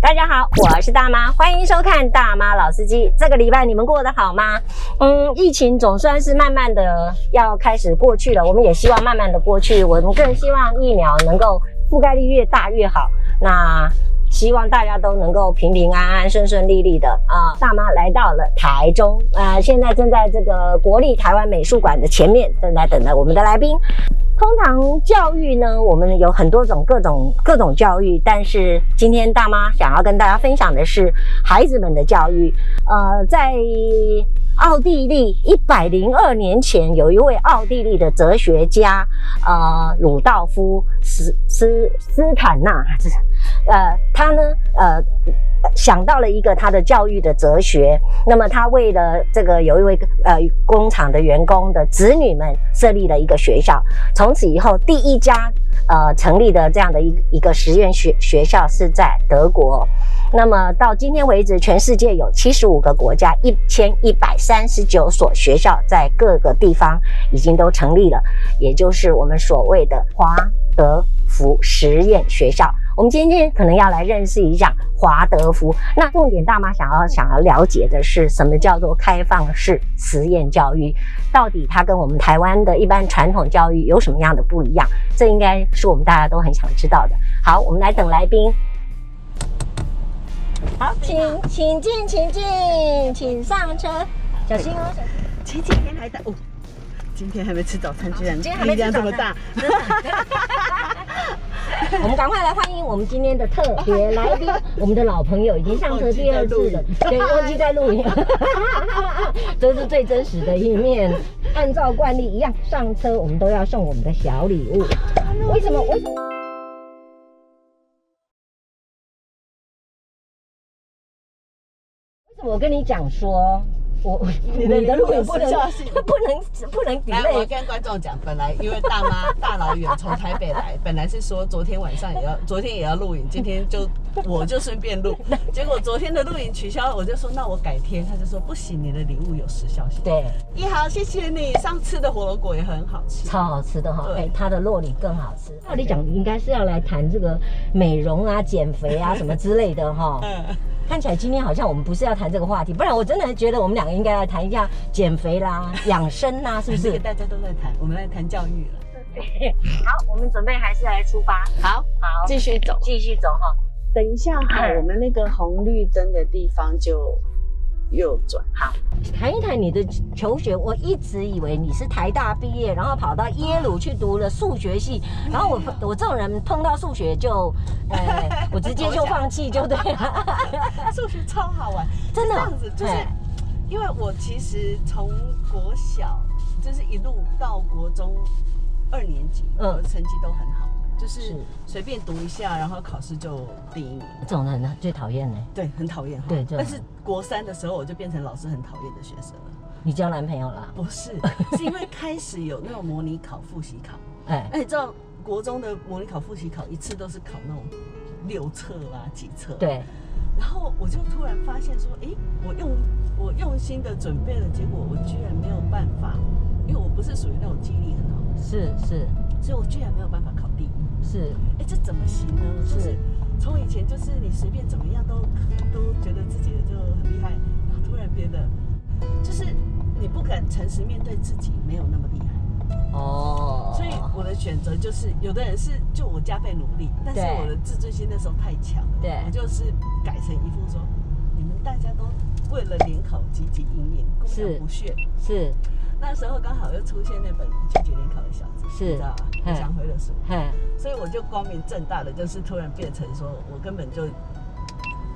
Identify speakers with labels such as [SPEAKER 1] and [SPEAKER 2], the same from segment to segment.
[SPEAKER 1] 大家好，我是大妈，欢迎收看《大妈老司机》。这个礼拜你们过得好吗？嗯，疫情总算是慢慢的要开始过去了，我们也希望慢慢的过去。我们更希望疫苗能够覆盖率越大越好。那希望大家都能够平平安安、顺顺利利的啊、大妈来到了台中，啊，现在正在这个国立台湾美术馆的前面，正在等着我们的来宾。通常教育呢，我们有很多种各种各种教育，但是今天大妈想要跟大家分享的是孩子们的教育。呃，在奥地利一百零二年前，有一位奥地利的哲学家，呃，鲁道夫斯斯斯坦纳，这是呃，他呢，呃，想到了一个他的教育的哲学。那么他为了这个有一位呃工厂的员工的子女们设立了一个学校，从此以后第一家呃成立的这样的一一个实验学学校是在德国。那么到今天为止，全世界有七十五个国家，一千一百三十九所学校在各个地方已经都成立了，也就是我们所谓的华德福实验学校。我们今天可能要来认识一下华德福。那重点大妈想要想要了解的是，什么叫做开放式实验教育？到底它跟我们台湾的一般传统教育有什么样的不一样？这应该是我们大家都很想知道的。好，我们来等来宾。好，请请进，请进，请上车，小心哦。
[SPEAKER 2] 前几天还在哦，今天还没吃早餐，居然
[SPEAKER 1] 今天还没
[SPEAKER 2] 力
[SPEAKER 1] 吃
[SPEAKER 2] 量这么
[SPEAKER 1] 早
[SPEAKER 2] 大
[SPEAKER 1] 餐。我们赶快来欢迎我们今天的特别来宾，我们的老朋友已经上车第二次 了，对，忘记在录影， 这是最真实的一面。按照惯例一样，上车我们都要送我们的小礼 物。为什么？为什么？为什么我跟你讲说，我我
[SPEAKER 2] 你的
[SPEAKER 1] 录
[SPEAKER 2] 礼物有
[SPEAKER 1] 影不能
[SPEAKER 2] 时效性
[SPEAKER 1] 不能不能
[SPEAKER 2] 来，我
[SPEAKER 1] delay，
[SPEAKER 2] 跟观众讲，本来因为大 妈大老远从台北来，本来是说昨天晚上也要，昨天也要录影，今天就我就顺便 录，结果昨天的录影取消，我就说那我改天，他就说不行，你的礼物有时效性。
[SPEAKER 1] 对，
[SPEAKER 2] 一豪，谢谢你，上次的火龙果也很好吃。
[SPEAKER 1] 超好吃的哈、
[SPEAKER 2] 对
[SPEAKER 1] 哎、它的洛里更好吃。照理哦讲，应该是要来谈这个美容啊、减肥 啊什么之类的哈、
[SPEAKER 2] 嗯，
[SPEAKER 1] 看起来今天好像我们不是要谈这个话题，不然我真的觉得我们两个应该来谈一下减肥啦、养生 啦，是不
[SPEAKER 2] 这个
[SPEAKER 1] 是？
[SPEAKER 2] 大家都在谈，我们来谈教育了。
[SPEAKER 1] 好，我们准备还是来出发，
[SPEAKER 2] 好，
[SPEAKER 1] 好，
[SPEAKER 2] 继续走。
[SPEAKER 1] 继续走哈。
[SPEAKER 2] 等一下哈
[SPEAKER 1] 嗯，
[SPEAKER 2] 我们那个红绿灯的地方就右转。
[SPEAKER 1] 谈一谈你的求学，我一直以为你是台大毕业，然后跑到耶鲁去读了数学系，然后我我这种人碰到数学就， 呃，我直接就放弃就对了， 哎
[SPEAKER 2] 数学超好玩，
[SPEAKER 1] 真的
[SPEAKER 2] 是这样子，就是
[SPEAKER 1] 嘿
[SPEAKER 2] 因为我其实从国小就是一路到国中二年级，
[SPEAKER 1] 嗯
[SPEAKER 2] 我的成绩都很好，就是
[SPEAKER 1] 是
[SPEAKER 2] 随便读一下，然后考试就第一名。
[SPEAKER 1] 这种人呢最讨厌呢。
[SPEAKER 2] 对，很讨厌哈。
[SPEAKER 1] 对这
[SPEAKER 2] 但是国三的时候我就变成老师很讨厌的学生了。
[SPEAKER 1] 你交男朋友了？
[SPEAKER 2] 不是， 是因为开始有那种模拟考、复习考，
[SPEAKER 1] 哎，
[SPEAKER 2] 哎，你知道国中的模拟考、复习考一次都是考那种六册啊、几册、啊。
[SPEAKER 1] 对，
[SPEAKER 2] 然后我就突然发现说，诶，我用我用心的准备了，结果我居然没有办法，因为我不是属于那种记忆力很好，
[SPEAKER 1] 是是
[SPEAKER 2] 所以我居然没有办法考第一。
[SPEAKER 1] 是，
[SPEAKER 2] 诶，这怎么行呢？我就是
[SPEAKER 1] 是
[SPEAKER 2] 从以前就是你随便怎么样都都觉得自己就很厉害，然后突然变得就是你不敢诚实面对自己没有那么厉害。
[SPEAKER 1] 哦，
[SPEAKER 2] 所以我的选择就是，有的人是就我加倍努力，但是
[SPEAKER 1] 对
[SPEAKER 2] 我的自尊心那时候太强了，
[SPEAKER 1] 对
[SPEAKER 2] 我就是改成一副说，你们大家都为了联考汲汲营营，姑
[SPEAKER 1] 是
[SPEAKER 2] 娘不屑。
[SPEAKER 1] 是，
[SPEAKER 2] 那时候刚好又出现那本拒绝联考的小子，
[SPEAKER 1] 是
[SPEAKER 2] 你知道吧？
[SPEAKER 1] 嗯
[SPEAKER 2] 我想回的书，
[SPEAKER 1] 嘿，
[SPEAKER 2] 所以我就光明正大的，就是突然变成说我根本就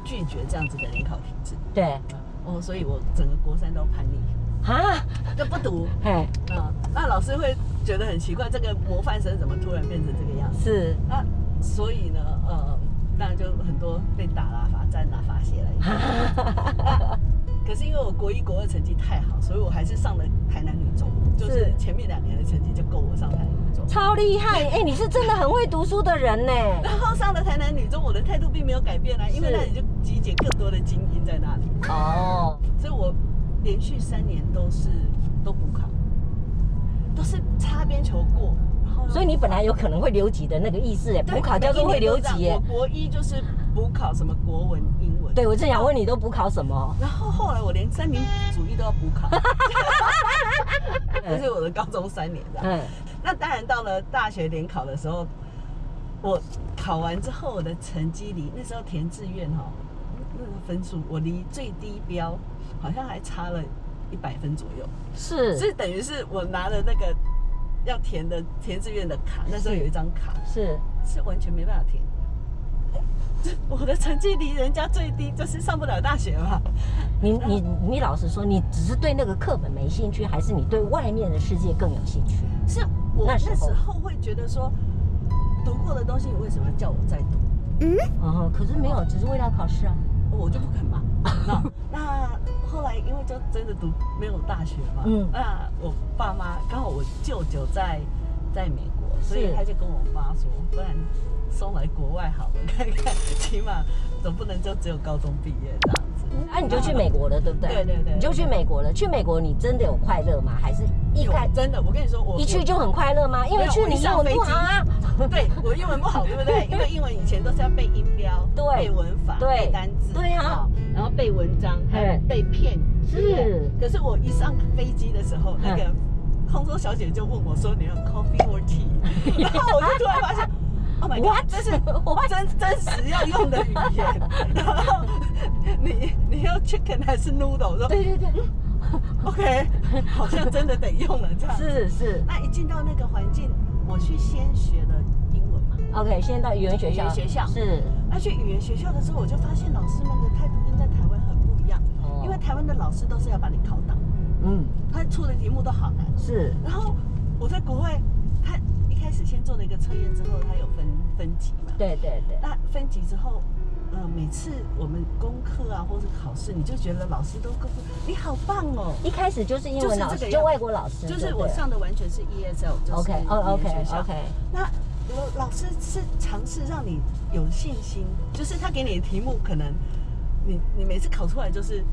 [SPEAKER 2] 拒绝这样子的联考体制。
[SPEAKER 1] 对，
[SPEAKER 2] 哦，所以我整个国三都叛逆，
[SPEAKER 1] 啊，
[SPEAKER 2] 就不读。
[SPEAKER 1] 嘿，
[SPEAKER 2] 嗯，那老师会觉得很奇怪，这个模范生怎么突然变成这个样子？
[SPEAKER 1] 是
[SPEAKER 2] 那啊所以呢，呃，当然就很多被打啦、罚站啦、罚写了。 那可是因为我国一、国二成绩太好，所以我还是上了台南女中，就是
[SPEAKER 1] 是
[SPEAKER 2] 前面两年的成绩就够我上台南女 中。
[SPEAKER 1] 超厉害，哎，你是真的很会读书的人呢。
[SPEAKER 2] 然后上了台南女中，我的态度并没有改变啊，因为
[SPEAKER 1] 是
[SPEAKER 2] 那里就集结更多的精英在那里，
[SPEAKER 1] 哦，
[SPEAKER 2] 所以我连续三年都是都补考，都是擦边球过。然后呢
[SPEAKER 1] 所以你本来有可能会留级的那个意思，哎，
[SPEAKER 2] 对
[SPEAKER 1] 补考叫做会留级，
[SPEAKER 2] 我
[SPEAKER 1] 哎，
[SPEAKER 2] 国一就是补考什么国文、英文。
[SPEAKER 1] 对，我正想问你都补考什么？
[SPEAKER 2] 然后后来我连三民主义都要补考，这是我的高中三年的。
[SPEAKER 1] 嗯，
[SPEAKER 2] 那当然到了大学联考的时候，我考完之后我的成绩离那时候填志愿哈、那个分数我离最低标好像还差了一百分左右，
[SPEAKER 1] 是
[SPEAKER 2] 所以等于是我拿了那个要填的填志愿的卡，那时候有一张卡
[SPEAKER 1] 是，
[SPEAKER 2] 是完全没办法填的。哎这我的成绩离人家最低，就是上不了大学嘛。
[SPEAKER 1] 你你你老实说，你只是对那个课本没兴趣，还是你对外面的世界更有兴趣？
[SPEAKER 2] 是我
[SPEAKER 1] 那
[SPEAKER 2] 那
[SPEAKER 1] 时候
[SPEAKER 2] 时候会觉得说，读过的东西，你为什么要叫我再读？
[SPEAKER 1] 哦，可是没有，只是为了考试啊。
[SPEAKER 2] 哦我就不 肯嘛。那那后来因为就真的读没有大学嘛，
[SPEAKER 1] 嗯
[SPEAKER 2] 那我爸妈刚好我舅舅在在美国，所以
[SPEAKER 1] 是
[SPEAKER 2] 他就跟我妈说，不然送来国外好了，看看，起码总不能就只有高中毕业这样子。
[SPEAKER 1] 那、嗯啊你就去美国了，对不对？
[SPEAKER 2] 对对对
[SPEAKER 1] 你就去美国了。去美国你真的有快乐吗？还是一
[SPEAKER 2] 有
[SPEAKER 1] 开
[SPEAKER 2] 真的，我跟你说，我
[SPEAKER 1] 一去就很快乐吗？因为去
[SPEAKER 2] 没有我一
[SPEAKER 1] 你英
[SPEAKER 2] 上
[SPEAKER 1] 文
[SPEAKER 2] 飞
[SPEAKER 1] 不好啊。
[SPEAKER 2] 我 对我英文不好，对不 对？因为英文以前都是要背音标、
[SPEAKER 1] 对
[SPEAKER 2] 背文法、
[SPEAKER 1] 对
[SPEAKER 2] 背单字，
[SPEAKER 1] 对啊
[SPEAKER 2] 哦，然后背文章，还
[SPEAKER 1] 嘿
[SPEAKER 2] 有背片语，对不对
[SPEAKER 1] 是
[SPEAKER 2] 可是我一上飞机的时候，那个空中小姐就问我说：“你要 coffee or tea？” 然后我就突然发现。Oh my
[SPEAKER 1] What？
[SPEAKER 2] god！这是
[SPEAKER 1] What？
[SPEAKER 2] 真真实要用的语言。 然后你你要 chicken 还是 noodle？我说
[SPEAKER 1] 对对对，
[SPEAKER 2] 嗯 OK，好像真的得用了这样。
[SPEAKER 1] 是是。
[SPEAKER 2] 那一进到那个环境，我去先学了英文嘛。
[SPEAKER 1] OK，现在到语言学校。
[SPEAKER 2] 语言学校
[SPEAKER 1] 是。
[SPEAKER 2] 那去语言学校的时候，我就发现老师们的态度跟在台湾很不一样，
[SPEAKER 1] 哦
[SPEAKER 2] 因为台湾的老师都是要把你考倒，
[SPEAKER 1] 嗯
[SPEAKER 2] 他出的题目都好难。
[SPEAKER 1] 是
[SPEAKER 2] 然后我在国外，他一开始先做了一个测验之后，他有分分级嘛，
[SPEAKER 1] 对对对
[SPEAKER 2] 那分级之后。呃，每次我们功课啊，或者考试，你就觉得老师都跟不你好棒哦，
[SPEAKER 1] 一开始就是英
[SPEAKER 2] 就是
[SPEAKER 1] 文
[SPEAKER 2] 这
[SPEAKER 1] 老
[SPEAKER 2] 个
[SPEAKER 1] 师，
[SPEAKER 2] 样
[SPEAKER 1] 就
[SPEAKER 2] 子
[SPEAKER 1] 外国老师，
[SPEAKER 2] 就是
[SPEAKER 1] 对
[SPEAKER 2] 我
[SPEAKER 1] 对
[SPEAKER 2] 上的完全是 ESL，就是
[SPEAKER 1] OK 哦
[SPEAKER 2] 语
[SPEAKER 1] OK
[SPEAKER 2] 言学校
[SPEAKER 1] OK，
[SPEAKER 2] 那我老师是尝试让你有信心，就是他给你的题目可能你你每次考出来就是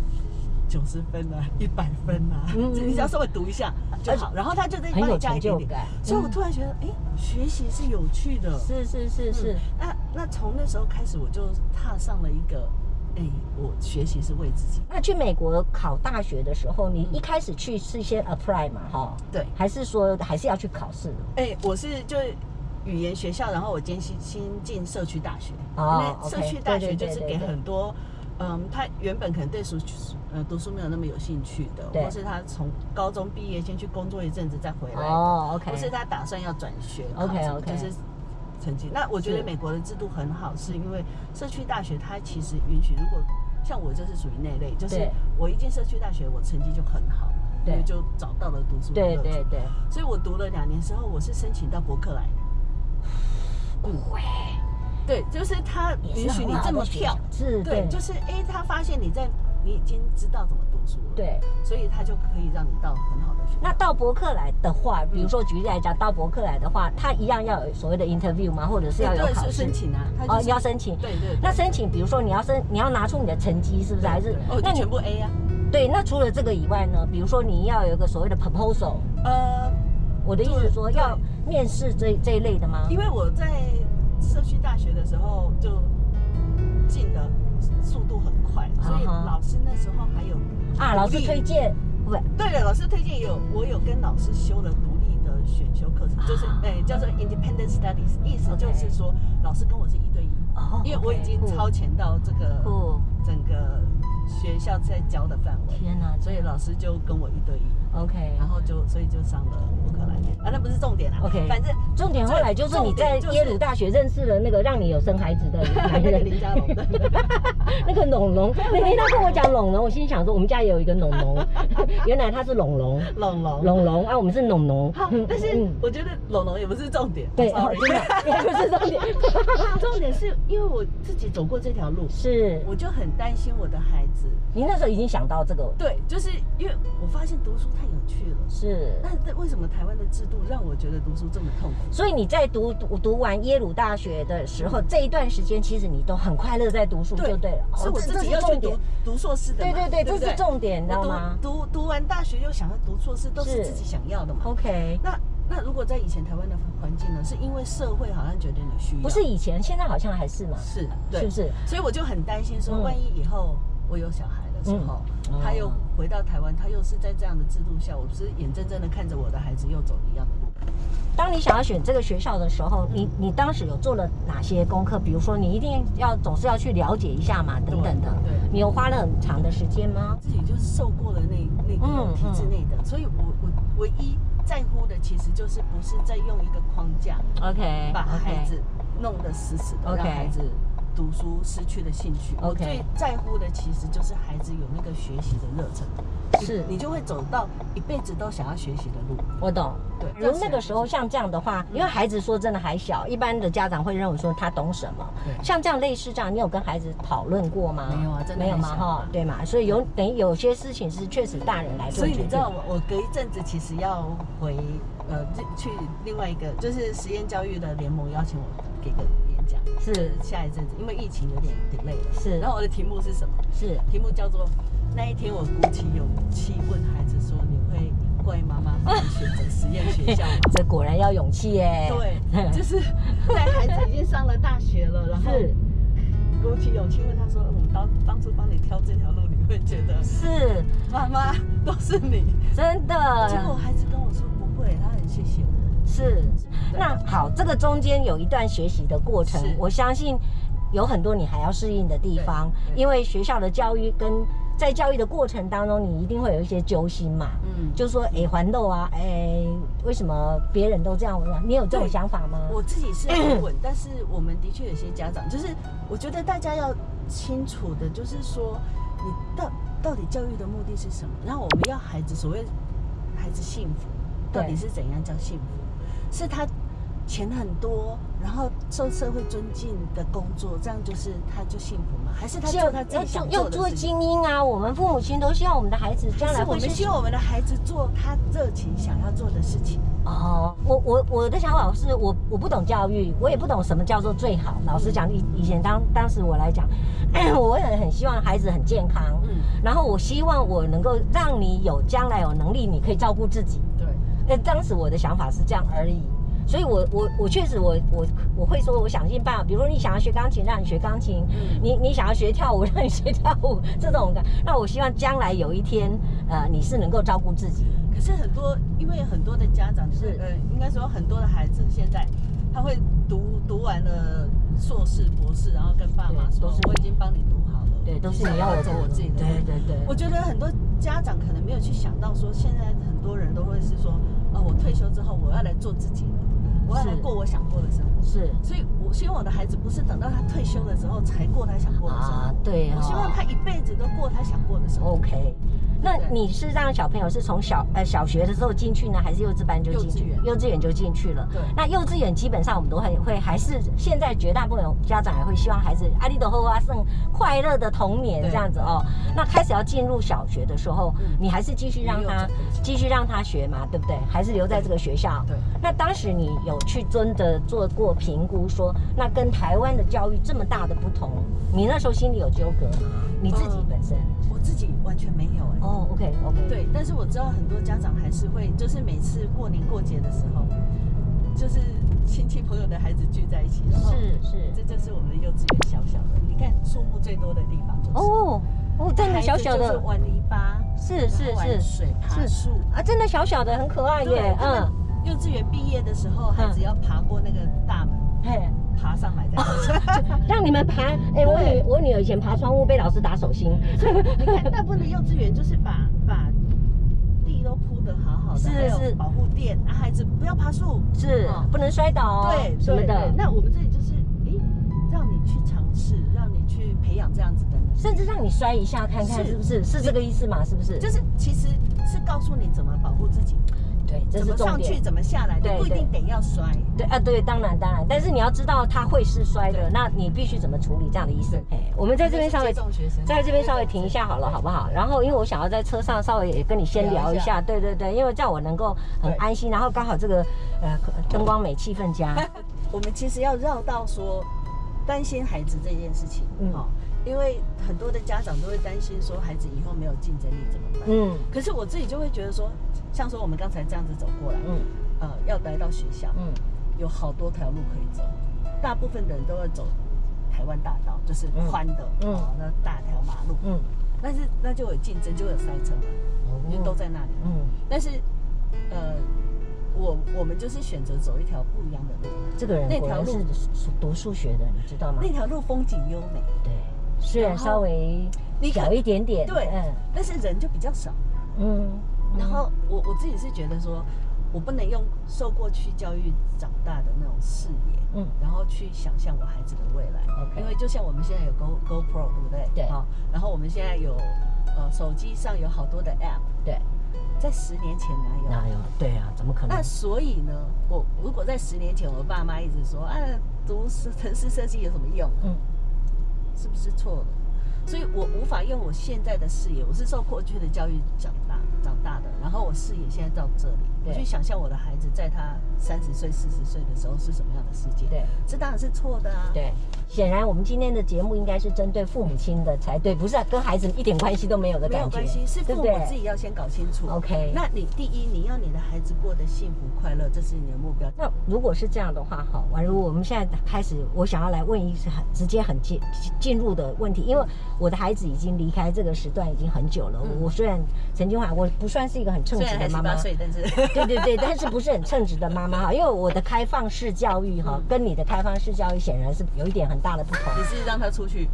[SPEAKER 2] 九十分啊，一百分啊，
[SPEAKER 1] 嗯嗯嗯
[SPEAKER 2] 你只要稍微读一下就好，然后他就再
[SPEAKER 1] 很
[SPEAKER 2] 帮
[SPEAKER 1] 有
[SPEAKER 2] 你加
[SPEAKER 1] 成
[SPEAKER 2] 一点
[SPEAKER 1] 就
[SPEAKER 2] 点。
[SPEAKER 1] 感。
[SPEAKER 2] 所以我
[SPEAKER 1] 嗯
[SPEAKER 2] 突然觉得，哎、学习是有趣的。
[SPEAKER 1] 是是是是
[SPEAKER 2] 嗯，那那从那时候开始，我就踏上了一个，哎、我学习是为自己。
[SPEAKER 1] 那去美国考大学的时候，你一开始去是先 apply 嘛，哈？
[SPEAKER 2] 嗯对
[SPEAKER 1] 还是说还是要去考试？
[SPEAKER 2] 哎、我是就语言学校，然后我今新新进社区大学，
[SPEAKER 1] 哦
[SPEAKER 2] 因为
[SPEAKER 1] OK，
[SPEAKER 2] 社区大
[SPEAKER 1] 对对
[SPEAKER 2] 学
[SPEAKER 1] 对
[SPEAKER 2] 就是
[SPEAKER 1] 对
[SPEAKER 2] 给
[SPEAKER 1] 对
[SPEAKER 2] 很多，嗯，他原本可能对书呃读书没有那么有兴趣的，
[SPEAKER 1] 对
[SPEAKER 2] 或是他从高中毕业先去工作一阵子再回来的，
[SPEAKER 1] 哦，OK，
[SPEAKER 2] 或是他打算要转学
[SPEAKER 1] OK，
[SPEAKER 2] 考
[SPEAKER 1] OK
[SPEAKER 2] 就是成绩。那我觉
[SPEAKER 1] 是
[SPEAKER 2] 得美国的制度很好，是因为社区大学它其实允许，如果像我就是属于那类，就是
[SPEAKER 1] 对
[SPEAKER 2] 我一进社区大学，我成绩就很好，
[SPEAKER 1] 对
[SPEAKER 2] 因为就找到了读书的乐
[SPEAKER 1] 对
[SPEAKER 2] 趣。
[SPEAKER 1] 对对，
[SPEAKER 2] 所以我读了两年之后，我是申请到伯克莱的。
[SPEAKER 1] 喂，
[SPEAKER 2] 对，就是他
[SPEAKER 1] 也是
[SPEAKER 2] 允许你
[SPEAKER 1] 很好
[SPEAKER 2] 这么
[SPEAKER 1] 的学
[SPEAKER 2] 跳
[SPEAKER 1] 校，是，
[SPEAKER 2] 对，就是诶，他发现你在，你已经知道怎么读书了，，
[SPEAKER 1] 对。
[SPEAKER 2] 所以他就可以让你到很好的学校。
[SPEAKER 1] 那到伯克莱的话，比如说举例来讲，到伯克莱的话，他一样要有所谓的 interview 吗？或者是要有
[SPEAKER 2] 对
[SPEAKER 1] 考
[SPEAKER 2] 是
[SPEAKER 1] 试
[SPEAKER 2] 申？请啊，他
[SPEAKER 1] 哦
[SPEAKER 2] 就，是
[SPEAKER 1] 要申请。
[SPEAKER 2] 对对对
[SPEAKER 1] 那申请，比如说你要申，你要拿出你的成绩，是不是？还是
[SPEAKER 2] 哦，
[SPEAKER 1] 那
[SPEAKER 2] 就
[SPEAKER 1] 你
[SPEAKER 2] 全部 A 啊，
[SPEAKER 1] 对？那除了这个以外呢？比如说你要有一个所谓的 proposal，
[SPEAKER 2] 呃，
[SPEAKER 1] 我的意思
[SPEAKER 2] 对
[SPEAKER 1] 说
[SPEAKER 2] 对
[SPEAKER 1] 要面试这这一类的吗
[SPEAKER 2] 因？为我在社区大学的时候就进的速度很快，所以
[SPEAKER 1] 啊哈
[SPEAKER 2] 老师那时候还有
[SPEAKER 1] 啊，老师
[SPEAKER 2] 独立
[SPEAKER 1] 推荐，不，
[SPEAKER 2] 对了，老师推荐有，我有跟老师修了独立的选修课程，就是
[SPEAKER 1] 啊
[SPEAKER 2] 诶、叫做 independent studies，意思
[SPEAKER 1] OK
[SPEAKER 2] 就是说老师跟我是一对一，
[SPEAKER 1] 哦
[SPEAKER 2] 因为我已经超前到这个
[SPEAKER 1] 不，
[SPEAKER 2] 整个学校在教的范围，
[SPEAKER 1] 天哪，
[SPEAKER 2] 所以老师就跟我一对一，
[SPEAKER 1] OK
[SPEAKER 2] 然。后就所以就上了乌克兰，啊，那不是重点啦
[SPEAKER 1] OK
[SPEAKER 2] 反正
[SPEAKER 1] 重点后来就是你在耶鲁大学认识了那个让你有生孩子的男
[SPEAKER 2] 那个
[SPEAKER 1] 人，
[SPEAKER 2] 林家龙的，
[SPEAKER 1] 那个龙 龙，那天他跟我讲龙龙，我心想说我们家也有一个龙龙， 原来他是龙龙，
[SPEAKER 2] 龙 龙。
[SPEAKER 1] 龙龙啊，我们是龙龙
[SPEAKER 2] 好。，但是
[SPEAKER 1] 嗯
[SPEAKER 2] 我觉得龙龙也不是重点，
[SPEAKER 1] 对，
[SPEAKER 2] I'm
[SPEAKER 1] 哦
[SPEAKER 2] sorry
[SPEAKER 1] 真的，那不是重点，
[SPEAKER 2] 重点是因为我自己走过这条路，
[SPEAKER 1] 是
[SPEAKER 2] 我就很担心我的孩子。
[SPEAKER 1] 你那时候已经想到这个，
[SPEAKER 2] 对，就是因为我发现读书太有趣了。
[SPEAKER 1] 是，
[SPEAKER 2] 那这为什么台湾的制度让我觉得读书这么痛苦？
[SPEAKER 1] 所以你在读读读完耶鲁大学的时候，这一段时间其实你都很快乐在读书就对了，哦
[SPEAKER 2] 是我
[SPEAKER 1] 这
[SPEAKER 2] 自
[SPEAKER 1] 这
[SPEAKER 2] 己
[SPEAKER 1] 是
[SPEAKER 2] 要去
[SPEAKER 1] 重
[SPEAKER 2] 读
[SPEAKER 1] 点，
[SPEAKER 2] 读硕士的
[SPEAKER 1] 对
[SPEAKER 2] 嘛。
[SPEAKER 1] 对对，
[SPEAKER 2] 不
[SPEAKER 1] 这是重点，你知道吗
[SPEAKER 2] 我读读读完大学又想要读硕士，都是
[SPEAKER 1] 是
[SPEAKER 2] 自己想要的嘛。
[SPEAKER 1] ？OK，
[SPEAKER 2] 那那如果在以前台湾的环境呢，是因为社会好像觉得你需要，
[SPEAKER 1] 不是以前，现在好像还是嘛，
[SPEAKER 2] 是，
[SPEAKER 1] 是
[SPEAKER 2] 对
[SPEAKER 1] 不，是？
[SPEAKER 2] 所以我就很担心说，
[SPEAKER 1] 嗯
[SPEAKER 2] 万一以后我有小孩的时候，
[SPEAKER 1] 嗯
[SPEAKER 2] 他又
[SPEAKER 1] 哦
[SPEAKER 2] 回到台湾，他又是在这样的制度下，我不是眼睁睁的看着我的孩子又走一样的路。
[SPEAKER 1] 当你想要选这个学校的时候，你你当时有做了哪些功课？比如说，你一定要总是要去了解一下嘛，等等的。
[SPEAKER 2] 对对
[SPEAKER 1] 你有花了很长的时间吗？
[SPEAKER 2] 自己就是受过了那那
[SPEAKER 1] 嗯
[SPEAKER 2] 个体制内的，所以我我唯一在乎的其实就是不是在用一个框架
[SPEAKER 1] OK，
[SPEAKER 2] 把孩子弄得死死的，
[SPEAKER 1] OK
[SPEAKER 2] 让孩子读书失去了兴趣。我
[SPEAKER 1] OK
[SPEAKER 2] 最在乎的其实就是孩子有那个学习的热忱，
[SPEAKER 1] 是
[SPEAKER 2] 你就会走到一辈子都想要学习的路。
[SPEAKER 1] 我懂。
[SPEAKER 2] 对，
[SPEAKER 1] 如那个时候像这样的话，因为孩子说真的还小，一般的家长会认为说他懂什么。
[SPEAKER 2] 对
[SPEAKER 1] 像这样类似这样，你有跟孩子讨论过吗？
[SPEAKER 2] 没有啊真的
[SPEAKER 1] 没有
[SPEAKER 2] 很
[SPEAKER 1] 嘛
[SPEAKER 2] 小
[SPEAKER 1] 哈，对嘛？所以有等于有些事情是确实大人来做
[SPEAKER 2] 所以
[SPEAKER 1] 决定。
[SPEAKER 2] 你知道我，我隔一阵子其实要回呃去另外一个，就是实验教育的联盟邀请我给个演讲，
[SPEAKER 1] 是
[SPEAKER 2] 就下一阵子，因为疫情有点 delay 了。
[SPEAKER 1] 是
[SPEAKER 2] 然后我的题目是什么？
[SPEAKER 1] 是
[SPEAKER 2] 题目叫做“那一天我鼓起勇气问孩子说，你会怪妈妈帮你选择实验学校吗？”
[SPEAKER 1] 这果然要勇气耶。
[SPEAKER 2] 对，就是在孩子已经上了大学了，然后
[SPEAKER 1] 是
[SPEAKER 2] 鼓起勇气问他说：“我们当当初帮你挑这条路，你会觉得
[SPEAKER 1] 是，
[SPEAKER 2] 妈妈都是你。”
[SPEAKER 1] 真的。
[SPEAKER 2] 结果孩子跟我说不会，他很谢谢我。
[SPEAKER 1] 是，那好，这个中间有一段学习的过程
[SPEAKER 2] 是，
[SPEAKER 1] 我相信有很多你还要适应的地方，
[SPEAKER 2] 对对
[SPEAKER 1] 因为学校的教育跟在教育的过程当中，你一定会有一些揪心嘛，
[SPEAKER 2] 嗯，就
[SPEAKER 1] 就说哎，环豆啊，哎，为什么别人都这样？你有这种
[SPEAKER 2] 对
[SPEAKER 1] 想法吗？
[SPEAKER 2] 我自己是很稳，但是我们的确有些家长，就是我觉得大家要清楚的，就是说你到到底教育的目的是什么？然后我们要孩子所谓孩子幸福，
[SPEAKER 1] 对
[SPEAKER 2] 到底是怎样叫幸福？是他钱很多，然后受社会尊敬的工作，这样就是他就幸福吗？还是他做他自己想
[SPEAKER 1] 要
[SPEAKER 2] 做的
[SPEAKER 1] 做
[SPEAKER 2] 事情？
[SPEAKER 1] 精英啊，我们父母亲都希望我们的孩子将来
[SPEAKER 2] 是我
[SPEAKER 1] 会
[SPEAKER 2] 们
[SPEAKER 1] 是
[SPEAKER 2] 希望我们的孩子做他热情想要做的事情。
[SPEAKER 1] 哦，我我我的想法是我我不懂教育，我也不懂什么叫做最好。老实讲，以以前当当时我来讲， 我也很希望孩子很健康，
[SPEAKER 2] 嗯，
[SPEAKER 1] 然后我希望我能够让你有将来有能力，你可以照顾自己。
[SPEAKER 2] 对。
[SPEAKER 1] 那当时我的想法是这样而已。所以我，我我确实我，我我会说，我想尽办法。比如说，你想要学钢琴，让你学钢琴；
[SPEAKER 2] 嗯
[SPEAKER 1] 你你想要学跳舞， 让你学跳舞。这种的，那我希望将来有一天，呃，你是能够照顾自己。
[SPEAKER 2] 可是很多，因为很多的家长就是
[SPEAKER 1] 是
[SPEAKER 2] 呃，应该说很多的孩子现在他会读读完了硕士、博士，然后跟爸妈
[SPEAKER 1] 对都
[SPEAKER 2] 说
[SPEAKER 1] 是
[SPEAKER 2] 我已经帮你读好了，
[SPEAKER 1] 对，都是你要
[SPEAKER 2] 我
[SPEAKER 1] 我
[SPEAKER 2] 走
[SPEAKER 1] 怎么
[SPEAKER 2] 我自己的
[SPEAKER 1] 对
[SPEAKER 2] 路。
[SPEAKER 1] 对对。
[SPEAKER 2] 我觉得很多家长可能没有去想到说，现在很多人都会是说，哦，我退休之后我要来做自己了，我要来
[SPEAKER 1] 嗯是
[SPEAKER 2] 过我想过的生活。
[SPEAKER 1] 是
[SPEAKER 2] 所以，我希望我的孩子不是等到他退休的时候才过他想过的生活，
[SPEAKER 1] 啊，对、哦，
[SPEAKER 2] 我希望他一辈子都过他想过的生活。
[SPEAKER 1] OK。那
[SPEAKER 2] 对
[SPEAKER 1] 你是让小朋友是从小呃小学的时候进去呢，还是幼稚班就进去？
[SPEAKER 2] 幼稚园
[SPEAKER 1] 就进去了。
[SPEAKER 2] 对
[SPEAKER 1] 那幼稚园基本上我们都会会还是现在绝大部分家长也会希望孩子阿利的后啊剩快乐的童年
[SPEAKER 2] 对
[SPEAKER 1] 这样子哦。那开始要进入小学的时候，
[SPEAKER 2] 嗯
[SPEAKER 1] 你还是继续让
[SPEAKER 2] 没有
[SPEAKER 1] 他
[SPEAKER 2] 这个东西
[SPEAKER 1] 继续让他学嘛，对不对？还是留在这个学校？
[SPEAKER 2] 对。
[SPEAKER 1] 那当时你有去真的做过评估说，那跟台湾的教育这么大的不同，你那时候心里有纠葛吗？你自己
[SPEAKER 2] 嗯
[SPEAKER 1] 本身？
[SPEAKER 2] 我自己完全没有哎、
[SPEAKER 1] 哦，OK OK，，
[SPEAKER 2] 对，但是我知道很多家长还是会，就是每次过年过节的时候，就是亲戚朋友的孩子聚在一起，然后
[SPEAKER 1] 是是，
[SPEAKER 2] 这就是我们的幼稚园小小的，你看树木最多的地方就是，
[SPEAKER 1] 哦哦，真的小小
[SPEAKER 2] 孩子就是
[SPEAKER 1] 的，
[SPEAKER 2] 玩泥巴，
[SPEAKER 1] 是是
[SPEAKER 2] 然后玩
[SPEAKER 1] 是
[SPEAKER 2] 水爬
[SPEAKER 1] 是
[SPEAKER 2] 树，
[SPEAKER 1] 啊，真的小小的很可爱
[SPEAKER 2] 对
[SPEAKER 1] 耶，，
[SPEAKER 2] 嗯
[SPEAKER 1] 嗯，，
[SPEAKER 2] 幼稚园毕业的时候，孩子要爬过那个大门，
[SPEAKER 1] 嘿，
[SPEAKER 2] 爬上来的，
[SPEAKER 1] 让你们爬，哎，我女我女儿以前爬窗户被老师打手心，
[SPEAKER 2] 你看大部分的幼稚园就是把把。地都铺得好好的，
[SPEAKER 1] 是
[SPEAKER 2] 还
[SPEAKER 1] 是
[SPEAKER 2] 有保护垫啊，孩子不要爬树，
[SPEAKER 1] 是
[SPEAKER 2] 哦
[SPEAKER 1] 不能摔倒哦
[SPEAKER 2] 对，
[SPEAKER 1] 什么
[SPEAKER 2] 对对
[SPEAKER 1] 的，
[SPEAKER 2] 那我们这里就是，诶，让你去尝试，让你去培养这样子的能力，
[SPEAKER 1] 甚至让你摔一下看看
[SPEAKER 2] 是
[SPEAKER 1] 是不是是这个意思嘛？是不是？
[SPEAKER 2] 就是其实是告诉你怎么保护自己，
[SPEAKER 1] 对，这
[SPEAKER 2] 怎
[SPEAKER 1] 是
[SPEAKER 2] 么
[SPEAKER 1] 重
[SPEAKER 2] 上
[SPEAKER 1] 点
[SPEAKER 2] 去，。怎么下来，
[SPEAKER 1] 对
[SPEAKER 2] 你不一
[SPEAKER 1] 对
[SPEAKER 2] 定得要摔。
[SPEAKER 1] 对啊，对，当然当然，但是你要知道它会是摔的，
[SPEAKER 2] 对
[SPEAKER 1] 那你必须怎么处理这样的意思
[SPEAKER 2] 对？
[SPEAKER 1] 哎，我们在这边稍微
[SPEAKER 2] 这种学生
[SPEAKER 1] 在这边稍微停一，下好了，好不好？然后因为我想要在车上稍微也跟你先聊一下，对对对，因为这样我能够很
[SPEAKER 2] 对
[SPEAKER 1] 安心，然后刚好这个呃灯光美，气氛 佳，
[SPEAKER 2] 我们其实要绕到说担心孩子这件事情，
[SPEAKER 1] 嗯
[SPEAKER 2] 哦，因为很多的家长都会担心说孩子以后没有竞争力怎么办？
[SPEAKER 1] 嗯
[SPEAKER 2] 可是我自己就会觉得说，像说我们刚才这样子走过来，
[SPEAKER 1] 嗯，
[SPEAKER 2] 呃要来到学校，
[SPEAKER 1] 嗯，
[SPEAKER 2] 有好多条路可以走，大部分的人都会走台湾大道，就是
[SPEAKER 1] 嗯
[SPEAKER 2] 宽的，
[SPEAKER 1] 嗯
[SPEAKER 2] 哦那大条马路，
[SPEAKER 1] 嗯
[SPEAKER 2] 但是那就有竞争，就有塞车嘛，因为都在那里。
[SPEAKER 1] 嗯，
[SPEAKER 2] 但是，呃，我我们就是选择走一条不一样的路，
[SPEAKER 1] 嗯这个人
[SPEAKER 2] 那
[SPEAKER 1] 果
[SPEAKER 2] 条
[SPEAKER 1] 然
[SPEAKER 2] 路
[SPEAKER 1] 是是读数学的，你知道吗
[SPEAKER 2] 那？条路风景优美，
[SPEAKER 1] 对，虽然
[SPEAKER 2] 然后
[SPEAKER 1] 稍微
[SPEAKER 2] 你可
[SPEAKER 1] 小一点点，
[SPEAKER 2] 对
[SPEAKER 1] 嗯
[SPEAKER 2] 但是人就比较少。
[SPEAKER 1] 嗯，
[SPEAKER 2] 然后我我自己是觉得说，我不能用受过去教育长大的那种视野，
[SPEAKER 1] 嗯
[SPEAKER 2] 然后去想象我孩子的未来。
[SPEAKER 1] OK
[SPEAKER 2] 因为就像我们现在有 Go Go Pro，对不对？
[SPEAKER 1] 对
[SPEAKER 2] 啊、然后我们现在有呃手机上有好多的 App，
[SPEAKER 1] 对，
[SPEAKER 2] 在十年前哪有？
[SPEAKER 1] 哪有？对啊，怎么可能
[SPEAKER 2] 那？所以呢，我如果在十年前，我爸妈一直说啊，读是城市设计有什么用？
[SPEAKER 1] 嗯
[SPEAKER 2] 是不是错了？所以我无法用我现在的视野，我是受过去的教育长大长大的，然后我视野现在到这里，我
[SPEAKER 1] 对
[SPEAKER 2] 去想象我的孩子在他三十岁、四十岁的时候是什么样的世界。
[SPEAKER 1] 对，
[SPEAKER 2] 这当然是错的啊。，
[SPEAKER 1] 对，显然我们今天的节目应该是针对父母亲的才对，不是、啊、跟孩子一点关系都没有的
[SPEAKER 2] 没
[SPEAKER 1] 感觉，
[SPEAKER 2] 有关系，是
[SPEAKER 1] 对
[SPEAKER 2] 父
[SPEAKER 1] 不
[SPEAKER 2] 母自
[SPEAKER 1] 对
[SPEAKER 2] 己要先搞清楚。
[SPEAKER 1] OK
[SPEAKER 2] 那你第一，你要你的孩子过得幸福快乐，这是你的目标。
[SPEAKER 1] 那如果是这样的话，哈，宛如我们现在开始，我想要来问一个很直接、很进进入的问题，因为我的孩子已经离开这个时段已经很久了。
[SPEAKER 2] 嗯
[SPEAKER 1] 我虽然曾经还我不算是一个很称
[SPEAKER 2] 虽
[SPEAKER 1] 职
[SPEAKER 2] 然
[SPEAKER 1] 的妈
[SPEAKER 2] 还十
[SPEAKER 1] 妈
[SPEAKER 2] 八，岁，但是
[SPEAKER 1] 对对对，但是不是很称职的妈妈哈，因为我的开放式教育哈
[SPEAKER 2] 嗯，
[SPEAKER 1] 跟你的开放式教育显然是有一点很大的不 同。
[SPEAKER 2] 你是让他出去，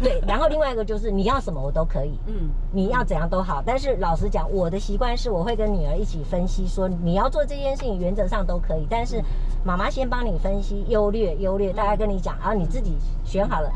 [SPEAKER 1] 对，然后另外一个就是你要什么我都可以，
[SPEAKER 2] 嗯，
[SPEAKER 1] 你要怎样都好，但是老实讲，我的习惯是我会跟女儿一起分析说，你要做这件事情，原则上都可以，但
[SPEAKER 2] 嗯
[SPEAKER 1] 是妈妈先帮你分析优劣，优劣，大概跟你讲，然啊后你自己选好了。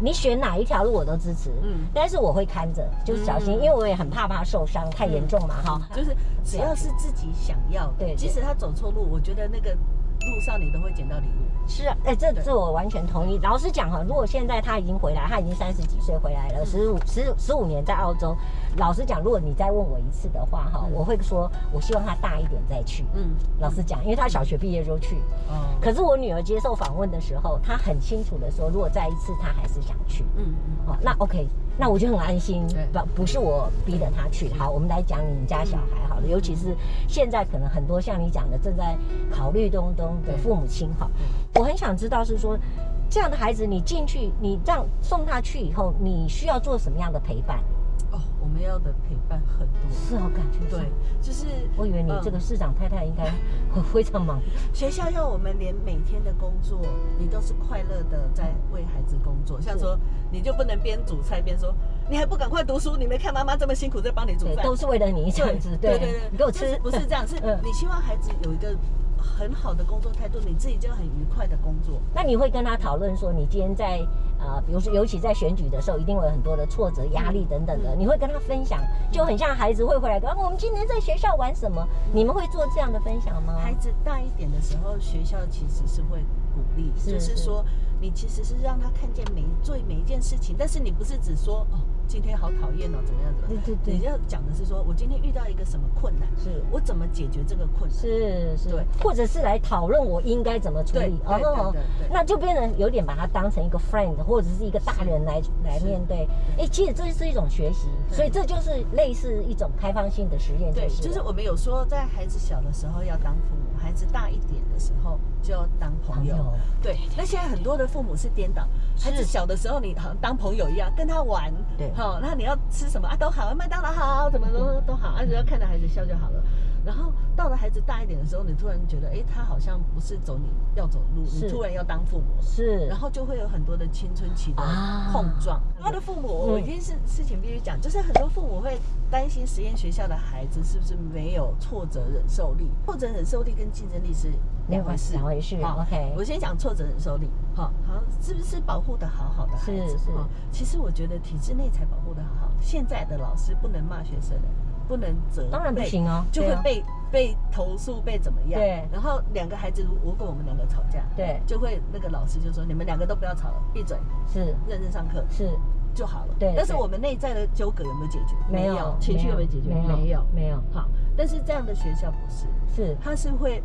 [SPEAKER 1] 你选哪一条路我都支持，
[SPEAKER 2] 嗯
[SPEAKER 1] 但是我会看着，就是小心，
[SPEAKER 2] 嗯
[SPEAKER 1] 因为我也很怕怕受伤，太严重嘛哈。
[SPEAKER 2] 就是只要是自己想要的，
[SPEAKER 1] 对对
[SPEAKER 2] 即使他走错路，我觉得那个路上你都会捡到礼物。
[SPEAKER 1] 是啊，哎、这
[SPEAKER 2] 对
[SPEAKER 1] 这我完全同意。老实讲哈，如果现在他已经回来，他已经三十几岁回来
[SPEAKER 2] 嗯
[SPEAKER 1] 了，十五十十五年在澳洲。老实讲，如果你再问我一次的话哈，
[SPEAKER 2] 嗯
[SPEAKER 1] 我会说，我希望他大一点再去。
[SPEAKER 2] 嗯，
[SPEAKER 1] 老实讲，因为他小学毕业就去。
[SPEAKER 2] 哦，
[SPEAKER 1] 可是我女儿接受访问的时候，她很清楚的说，如果再一次，她还是想去。
[SPEAKER 2] 嗯嗯，
[SPEAKER 1] 哦，那 OK，那我就很安心
[SPEAKER 2] 对，
[SPEAKER 1] 不不是我逼着她去。好，我们来讲你们家小孩好了，
[SPEAKER 2] 嗯
[SPEAKER 1] 尤其是现在可能很多像你讲的正在考虑东东的
[SPEAKER 2] 对嗯
[SPEAKER 1] 父母亲哈，我很想知道是说这样的孩子，你进去，你这样送他去以后，你需要做什么样的陪伴？
[SPEAKER 2] 哦，我们要的陪伴很多。
[SPEAKER 1] 是哦，感觉上
[SPEAKER 2] 嗯对，，就是
[SPEAKER 1] 我以为你
[SPEAKER 2] 嗯
[SPEAKER 1] 这个市长太太应该 会非常忙。
[SPEAKER 2] 学校要我们连每天的工作，你都是快乐的在为孩子工作。像说，你就不能边煮菜边说，你还不赶快读书？你没看妈妈这么辛苦在帮你煮
[SPEAKER 1] 对，
[SPEAKER 2] 饭？
[SPEAKER 1] 都是为了你这样子，
[SPEAKER 2] 对对对，
[SPEAKER 1] 你给我
[SPEAKER 2] 但
[SPEAKER 1] 吃
[SPEAKER 2] 是，不是这样，是
[SPEAKER 1] 嗯
[SPEAKER 2] 你希望孩子有一个很好的工作态度，你自己就很愉快的工作。
[SPEAKER 1] 那你会跟他讨论说，你今天在呃，比如说尤其在选举的时候，一定会有很多的挫折、压力等等的，
[SPEAKER 2] 嗯
[SPEAKER 1] 你会跟他分享，就很像孩子会回来跟、啊、我们今天在学校玩什么，你们会做这样的分享吗？
[SPEAKER 2] 孩子大一点的时候，学校其实是会鼓励，
[SPEAKER 1] 是
[SPEAKER 2] 就是是说你其实是让他看见每做每一件事情，但是你不是只说哦，今天好讨厌哦，怎么样怎么
[SPEAKER 1] 对
[SPEAKER 2] 样，
[SPEAKER 1] 对对，
[SPEAKER 2] 你要讲的是说我今天遇到一个什么困难，
[SPEAKER 1] 是
[SPEAKER 2] 我怎么解决这个困难？
[SPEAKER 1] 是是
[SPEAKER 2] 对，
[SPEAKER 1] 或者是来讨论我应该怎么处
[SPEAKER 2] 对哦
[SPEAKER 1] 理哦
[SPEAKER 2] 对，对对对
[SPEAKER 1] 那就变成有点把他当成一个 friend 或者是一个大人来来
[SPEAKER 2] 是
[SPEAKER 1] 面对。哎、其实这是一种学习，
[SPEAKER 2] 对
[SPEAKER 1] 所以这就是类似一种开放性的实验，
[SPEAKER 2] 对，就是
[SPEAKER 1] 了
[SPEAKER 2] 我们有说，在孩子小的时候要当父母，孩子大一点的时候就要当朋友。对，那现在很多的父母是颠倒，孩子
[SPEAKER 1] 是
[SPEAKER 2] 小的时候你好像当朋友一样跟他玩，
[SPEAKER 1] 对
[SPEAKER 2] 好、那你要吃什么啊都好，麦当劳好，怎么都都好，啊只要看着孩子笑就好了。然后到了孩子大一点的时候，你突然觉得，哎，他好像不是走你要走的路，
[SPEAKER 1] 是
[SPEAKER 2] 你突然要当父母了。
[SPEAKER 1] 是，
[SPEAKER 2] 然后就会有很多的青春期的
[SPEAKER 1] 嗯啊
[SPEAKER 2] 碰撞。他的父母，我
[SPEAKER 1] 嗯
[SPEAKER 2] 一定是事情必须讲，就是很多父母会担心实验学校的孩子是不是没有挫折忍受力，挫折忍受力跟竞争力是两回事。
[SPEAKER 1] 两回事
[SPEAKER 2] 好
[SPEAKER 1] OK
[SPEAKER 2] 我先讲挫折忍受力，哈，好，是不是保护的好好的孩
[SPEAKER 1] 是
[SPEAKER 2] 子？
[SPEAKER 1] 是
[SPEAKER 2] 哈其实我觉得体制内才保护的好好，现在的老师不能骂学生的，不能责备，
[SPEAKER 1] 当然不行哦，
[SPEAKER 2] 就
[SPEAKER 1] 对
[SPEAKER 2] 会
[SPEAKER 1] 啊
[SPEAKER 2] 被、被投诉，被怎么样？
[SPEAKER 1] 对
[SPEAKER 2] 然后两个孩子，如如果我们两个吵架，
[SPEAKER 1] 对
[SPEAKER 2] 就会那个老师就说你们两个都不要吵了，闭嘴，
[SPEAKER 1] 是
[SPEAKER 2] 认真上课
[SPEAKER 1] 是
[SPEAKER 2] 就好了。
[SPEAKER 1] 对
[SPEAKER 2] 但是
[SPEAKER 1] 对
[SPEAKER 2] 我们内在的纠葛有没有解决？
[SPEAKER 1] 没有
[SPEAKER 2] 情绪有没有解决？
[SPEAKER 1] 没有
[SPEAKER 2] 没有。
[SPEAKER 1] 没有
[SPEAKER 2] 好，但是这样的学校不是，
[SPEAKER 1] 是
[SPEAKER 2] 它是会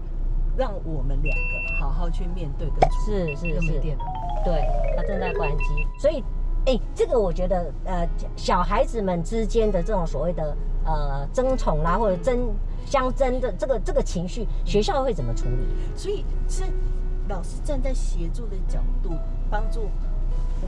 [SPEAKER 2] 让我们两个好好去面对跟处
[SPEAKER 1] 是
[SPEAKER 2] 理。
[SPEAKER 1] 是
[SPEAKER 2] 又没
[SPEAKER 1] 是，
[SPEAKER 2] 电了。
[SPEAKER 1] 对，它正在关机，所以哎，这个我觉得呃，小孩子们之间的这种所谓的呃争宠啦，或者争相争的这个这个情绪，学校会怎么处理？
[SPEAKER 2] 所以是老师站在协助的角度，帮助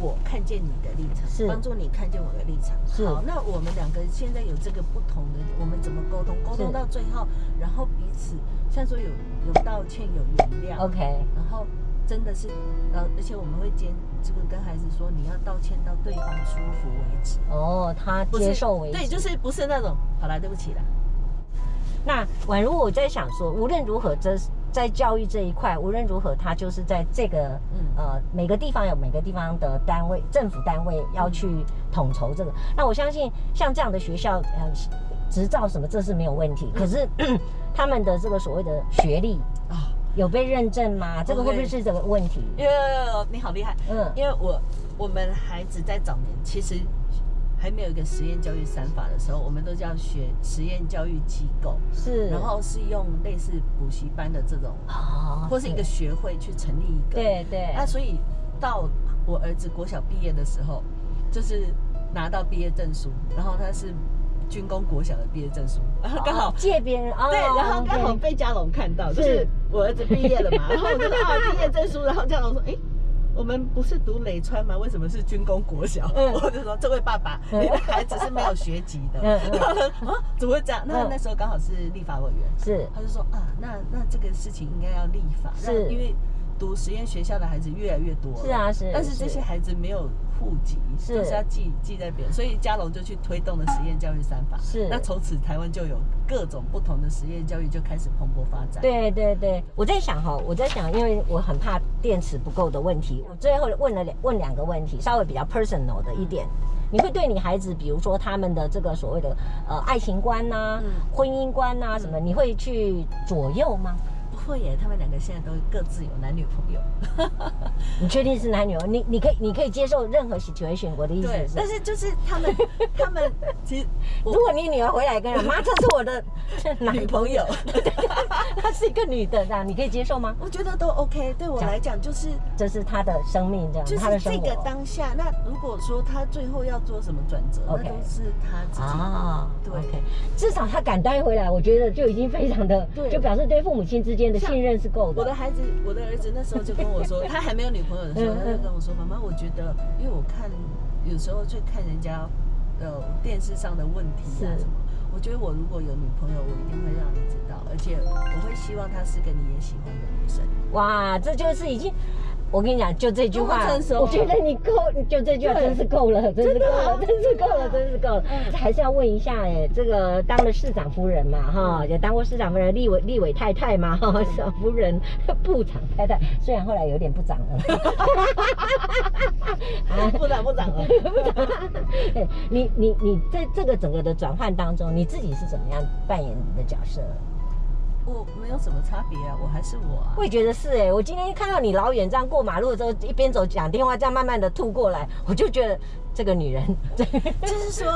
[SPEAKER 2] 我看见你的立场，
[SPEAKER 1] 是
[SPEAKER 2] 帮助你看见我的立场。
[SPEAKER 1] 是
[SPEAKER 2] 好，那我们两个现在有这个不同的，我们怎么沟通？沟通
[SPEAKER 1] 是
[SPEAKER 2] 到最后，然后彼此像说有有道歉，有原谅
[SPEAKER 1] OK，
[SPEAKER 2] 然后真的是，呃，而且我们会兼这个跟孩子说，你要道歉到对方舒服为止，
[SPEAKER 1] 哦，他
[SPEAKER 2] 不
[SPEAKER 1] 接
[SPEAKER 2] 是
[SPEAKER 1] 受为
[SPEAKER 2] 对，
[SPEAKER 1] 止
[SPEAKER 2] 就是不是那种好啦，对不起啦，
[SPEAKER 1] 那宛如我在想说，无论如何，这在教育这一块，无论如何，它就是在这个
[SPEAKER 2] 嗯
[SPEAKER 1] 呃每个地方有每个地方的单位，政府单位要去统筹这个。那我相信像这样的学校，呃，执照什么这是没有问题。可是 他们的这个所谓的学历
[SPEAKER 2] 啊、
[SPEAKER 1] 有被认证吗？这个会不
[SPEAKER 2] 哦
[SPEAKER 1] 会是这个问题？
[SPEAKER 2] 因为你好厉害，
[SPEAKER 1] 嗯，
[SPEAKER 2] 因为我我们孩子在早年其实还没有一个实验教育三法的时候，我们都叫学实验教育机构，
[SPEAKER 1] 是。
[SPEAKER 2] 然后是用类似补习班的这种，
[SPEAKER 1] 啊
[SPEAKER 2] 或是一个学会去成立一个。啊
[SPEAKER 1] 对对
[SPEAKER 2] 那所以到我儿子国小毕业的时候，就是拿到毕业证书，然后他是军工国小的毕业证书，然后刚好
[SPEAKER 1] 哦借别人啊，
[SPEAKER 2] 对，然后刚好
[SPEAKER 1] OK
[SPEAKER 2] 被嘉龙看到，就是是我儿子毕业了 嘛，然后我就说啊毕业证书，然后嘉龙说，哎、我们不是读磊川吗？为什么是军工国小？
[SPEAKER 1] 嗯
[SPEAKER 2] 我就说这位爸爸，
[SPEAKER 1] 嗯
[SPEAKER 2] 你的孩子是没有学籍的。
[SPEAKER 1] 嗯嗯
[SPEAKER 2] 然后他说啊，怎么会这样？那
[SPEAKER 1] 嗯
[SPEAKER 2] 那时候刚好是立法委员，
[SPEAKER 1] 是
[SPEAKER 2] 他就说啊，那那这个事情应该要立法，
[SPEAKER 1] 是
[SPEAKER 2] 让因为读实验学校的孩子越来越多了，
[SPEAKER 1] 是啊是
[SPEAKER 2] 但是这
[SPEAKER 1] 是
[SPEAKER 2] 些孩子没有户籍，
[SPEAKER 1] 是
[SPEAKER 2] 就是要记记在别人，所以嘉龙就去推动了实验教育三法，
[SPEAKER 1] 是
[SPEAKER 2] 那从此台湾就有各种不同的实验教育就开始蓬勃发展，，
[SPEAKER 1] 对对对，我在想哈，我在想，因为我很怕电池不够的问题，我最后问了两问两个问题，稍微比较 personal 的一点。你会对你孩子，比如说他们的这个所谓的呃爱情观呐、
[SPEAKER 2] 嗯
[SPEAKER 1] 婚姻观呐、什么，你会去左右吗？
[SPEAKER 2] 不会耶，他们两个现在都各自有男女 朋友，
[SPEAKER 1] 你确定是男女哦？你你可以你可以接受任何 situation，我的意思
[SPEAKER 2] 对，但
[SPEAKER 1] 是。
[SPEAKER 2] 是就是他们他们其实
[SPEAKER 1] 如
[SPEAKER 2] 我
[SPEAKER 1] 果你女儿回来跟人妈，这是我的
[SPEAKER 2] 女
[SPEAKER 1] 男
[SPEAKER 2] 朋
[SPEAKER 1] 朋友
[SPEAKER 2] 友，。
[SPEAKER 1] 她是一个女的，这样你可以接受吗？
[SPEAKER 2] 我觉得都 OK，对我来讲就是
[SPEAKER 1] 这是她的生命，这样
[SPEAKER 2] 就
[SPEAKER 1] 她的
[SPEAKER 2] 是
[SPEAKER 1] 生
[SPEAKER 2] 这
[SPEAKER 1] 活
[SPEAKER 2] 个当下，那如果说他最后要做什么转折，那
[SPEAKER 1] OK
[SPEAKER 2] 都是他自己。
[SPEAKER 1] 啊，
[SPEAKER 2] 对
[SPEAKER 1] o k 至少他敢带回来，我觉得就已经非常的，
[SPEAKER 2] 对
[SPEAKER 1] 就表示对父母亲之间的
[SPEAKER 2] 像
[SPEAKER 1] 信任是够的。
[SPEAKER 2] 我的孩子，我的儿子那时候就跟我说， 他还没有女朋友的时候，
[SPEAKER 1] 嗯
[SPEAKER 2] 他就跟我说：“妈妈，我觉得，因为我看有时候去看人家，呃，电视上的问题啊
[SPEAKER 1] 是
[SPEAKER 2] 什么，我觉得我如果有女朋友，我一定会让你知道，而且我会希望她是个你也喜欢的女生。
[SPEAKER 1] 哇，这就是已经，我跟你讲，就这句话
[SPEAKER 2] 多么成，熟
[SPEAKER 1] 我觉得你够，就这句话
[SPEAKER 2] 对
[SPEAKER 1] 真是够了，真是够了，
[SPEAKER 2] 真的啊
[SPEAKER 1] 真是够了，真是够了。
[SPEAKER 2] 嗯
[SPEAKER 1] 还是要问一下，哎，这个当了市长夫人嘛，
[SPEAKER 2] 嗯
[SPEAKER 1] 哈，也当过市长夫人，立委立委太太嘛，哈，市长夫人， 部长太太，虽然后来有点不长了。
[SPEAKER 2] 不长不长了，
[SPEAKER 1] 对 你你你在这个整个的转换当中，你自己是怎么样扮演你的角色？
[SPEAKER 2] 我没有什么差别啊，我还是我啊
[SPEAKER 1] 我。也觉得是哎、我今天看到你老远这样过马路的时候，一边走讲电话，这样慢慢的吐过来，我就觉得这个女人，对
[SPEAKER 2] 就是说，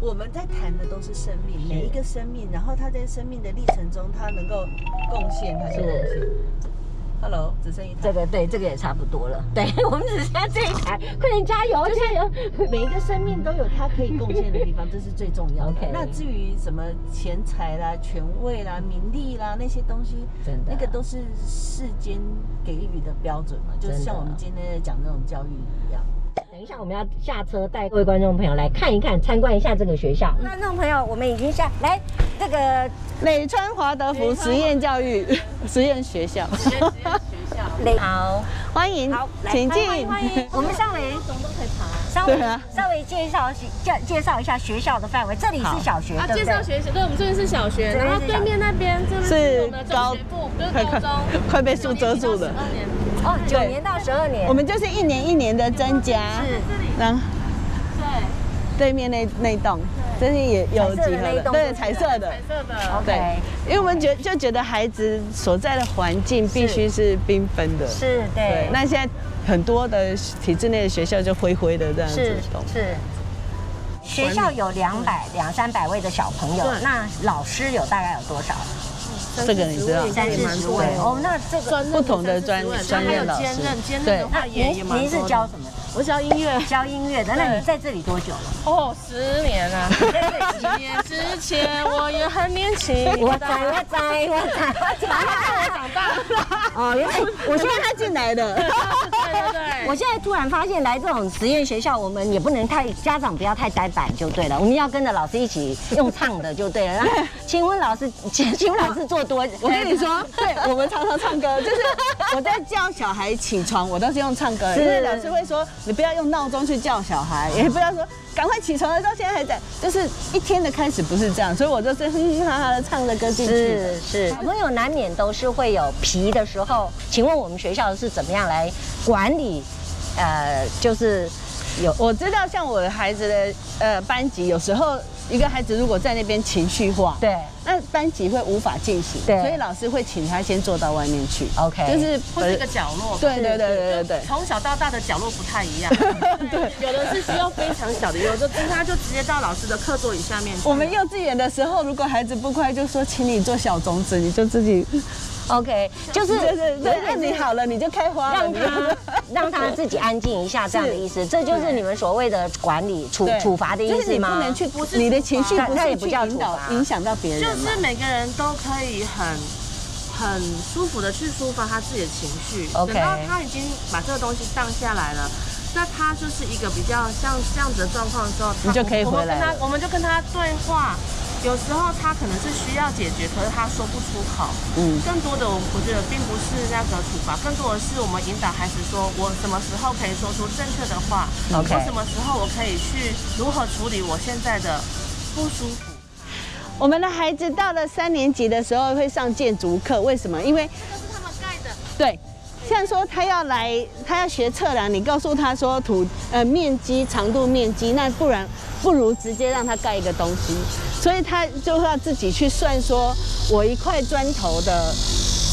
[SPEAKER 2] 我们在谈的都是生命，每一个生命，然后他在生命的历程中，他能够贡献，他就贡献。Hello，只剩一台。
[SPEAKER 1] 这个对这个也差不多了。对 我们只剩下这一台，快点加油加油！
[SPEAKER 2] 每一个生命都有它可以贡献的地方，这是最重 要的。
[SPEAKER 1] OK
[SPEAKER 2] 那至于什么钱财啦、权位啦、名利啦那些东西，
[SPEAKER 1] 真的
[SPEAKER 2] 那个都是世间给予的标准嘛，就是
[SPEAKER 1] 真的
[SPEAKER 2] 像我们今天在讲那种教育一样。
[SPEAKER 1] 等一下，我们要下车带各位观众朋友来看一看、参观一下这个学校。观众朋友，我们已经下来这个
[SPEAKER 2] 美川华德福实验教育实验学校，
[SPEAKER 1] 雷好。
[SPEAKER 2] 欢迎
[SPEAKER 1] 好，来欢迎欢迎。我们稍 微稍微
[SPEAKER 2] 对啊
[SPEAKER 1] 稍微介绍一介介绍一下学校的范围，这里是
[SPEAKER 2] 好
[SPEAKER 1] 小学，
[SPEAKER 3] 啊，
[SPEAKER 1] 对
[SPEAKER 3] 介
[SPEAKER 1] 不对
[SPEAKER 3] 绍？学习，对，我们这边是小学，
[SPEAKER 1] 这边是
[SPEAKER 3] 然后对面那边这边是我们的中学部，就是高中，
[SPEAKER 2] 快被树
[SPEAKER 3] 九年级到十二年级
[SPEAKER 1] 哦，九
[SPEAKER 2] 对
[SPEAKER 1] 年到十二年，
[SPEAKER 2] 们就是一年一年的增加
[SPEAKER 1] 是
[SPEAKER 2] 然后
[SPEAKER 3] 对，
[SPEAKER 2] 对面那那栋，这是也
[SPEAKER 1] 彩色的那一栋对
[SPEAKER 2] 色的
[SPEAKER 3] 彩色的，
[SPEAKER 1] OK，
[SPEAKER 2] 因为我们觉就觉得孩子所在的环境必须是缤纷的，
[SPEAKER 1] 是对
[SPEAKER 2] 对。，那现在很多的体制内的学校就灰灰的这样子
[SPEAKER 1] 是
[SPEAKER 2] 懂。
[SPEAKER 1] 是。学校有两百两三百位的小朋友，
[SPEAKER 3] 对
[SPEAKER 1] 那老师有大概有多少？
[SPEAKER 2] 这个你知道
[SPEAKER 1] 三四十位
[SPEAKER 2] 对
[SPEAKER 1] 哦，那这个
[SPEAKER 2] 不同的专
[SPEAKER 3] 专
[SPEAKER 2] 专
[SPEAKER 3] 任
[SPEAKER 2] 任
[SPEAKER 3] 老
[SPEAKER 2] 老
[SPEAKER 3] 师，
[SPEAKER 2] 师
[SPEAKER 3] 兼任兼任
[SPEAKER 2] 对
[SPEAKER 3] 的
[SPEAKER 1] 那
[SPEAKER 3] 话也也
[SPEAKER 1] 您
[SPEAKER 3] 蛮
[SPEAKER 1] 您是
[SPEAKER 3] 多的
[SPEAKER 1] 教什么的？
[SPEAKER 2] 我教音乐，
[SPEAKER 1] 教音乐的。那你在这里多久了？
[SPEAKER 3] 哦，十 年啊！十年之前我也很年轻，
[SPEAKER 1] 我在我在我在我在。
[SPEAKER 3] 长大。
[SPEAKER 1] 哦，原来我现在
[SPEAKER 2] 他进来的。
[SPEAKER 3] 对对对，
[SPEAKER 1] 我现在突然发现，来这种实验学校，我们也不能太家长不要太呆板就对了，我们要跟着老师一起用唱的就对了。然后请问老师，请请问老师做多？
[SPEAKER 2] 我跟你说，对我们常常唱歌，就是我在叫小孩起床，我都是用唱歌的，
[SPEAKER 1] 是
[SPEAKER 2] 因为老师会说你不要用闹钟去叫小孩， 也不要说赶快起床了，到现在还在，就是一天的开始不是这样，所以我就是哼哼哈哈的唱着歌进去的。
[SPEAKER 1] 是是，小朋友难免都是会有皮的时候，请问我们学校是怎么样来管理？呃，就是有
[SPEAKER 2] 我知道，像我的孩子的呃班级，有时候一个孩子如果在那边情绪化，
[SPEAKER 1] 对
[SPEAKER 2] 那班级会无法进行，
[SPEAKER 1] 对
[SPEAKER 2] 所以老师会请他先坐到外面去
[SPEAKER 1] OK
[SPEAKER 2] 就是
[SPEAKER 3] 或是一个角落。
[SPEAKER 2] 对对对对对对
[SPEAKER 3] 从小到大的角落不太一样。
[SPEAKER 2] 对。
[SPEAKER 3] 有的是需要非常小的，有的是他就直接到老师的课桌椅下面去。
[SPEAKER 2] 我们幼稚园的时候，如果孩子不乖，就说请你做小种子，你就自己
[SPEAKER 1] OK，就是
[SPEAKER 2] 就是 对，那你好了，你就开花了。
[SPEAKER 1] 让他让他自己安静一下，这样的意思，这就是你们所谓的管理处
[SPEAKER 2] 对
[SPEAKER 1] 处罚的意
[SPEAKER 2] 就是
[SPEAKER 1] 思
[SPEAKER 2] 你不
[SPEAKER 1] 吗？
[SPEAKER 2] 能去，
[SPEAKER 3] 不是
[SPEAKER 2] 你的情绪
[SPEAKER 1] 处罚
[SPEAKER 2] 不
[SPEAKER 1] 那
[SPEAKER 2] 是
[SPEAKER 1] 也不
[SPEAKER 2] 去
[SPEAKER 1] 叫
[SPEAKER 2] 引
[SPEAKER 1] 处
[SPEAKER 2] 导
[SPEAKER 1] 罚
[SPEAKER 2] 影响到别
[SPEAKER 3] 就
[SPEAKER 2] 人嘛
[SPEAKER 3] 是。每个人都可以很很舒服的去抒发他自己的情绪。
[SPEAKER 1] OK
[SPEAKER 3] 等到他已经把这个东西荡下来了，那他就是一个比较像这样子的状况的时候，他
[SPEAKER 2] 你就可以
[SPEAKER 3] 我们
[SPEAKER 2] 回来
[SPEAKER 3] 跟他
[SPEAKER 2] 了，
[SPEAKER 3] 我们就跟他对话。有时候他可能是需要解决，可是他说不出口。
[SPEAKER 2] 嗯
[SPEAKER 3] 更多的我我觉得并不是那个处罚，更多的是我们引导孩子说，我什么时候可以说出正确的话
[SPEAKER 1] OK
[SPEAKER 3] 我什么时候我可以去如何处理我现在的不舒服。
[SPEAKER 2] 我们的孩子到了三年级的时候会上建筑课，为什么？因为这是他们盖的。对。像说他要来，他要学测量，你告诉他说土呃面积、长度、面积，那不然不如直接让他盖一个东西，所以他就要自己去算说，我一块砖头的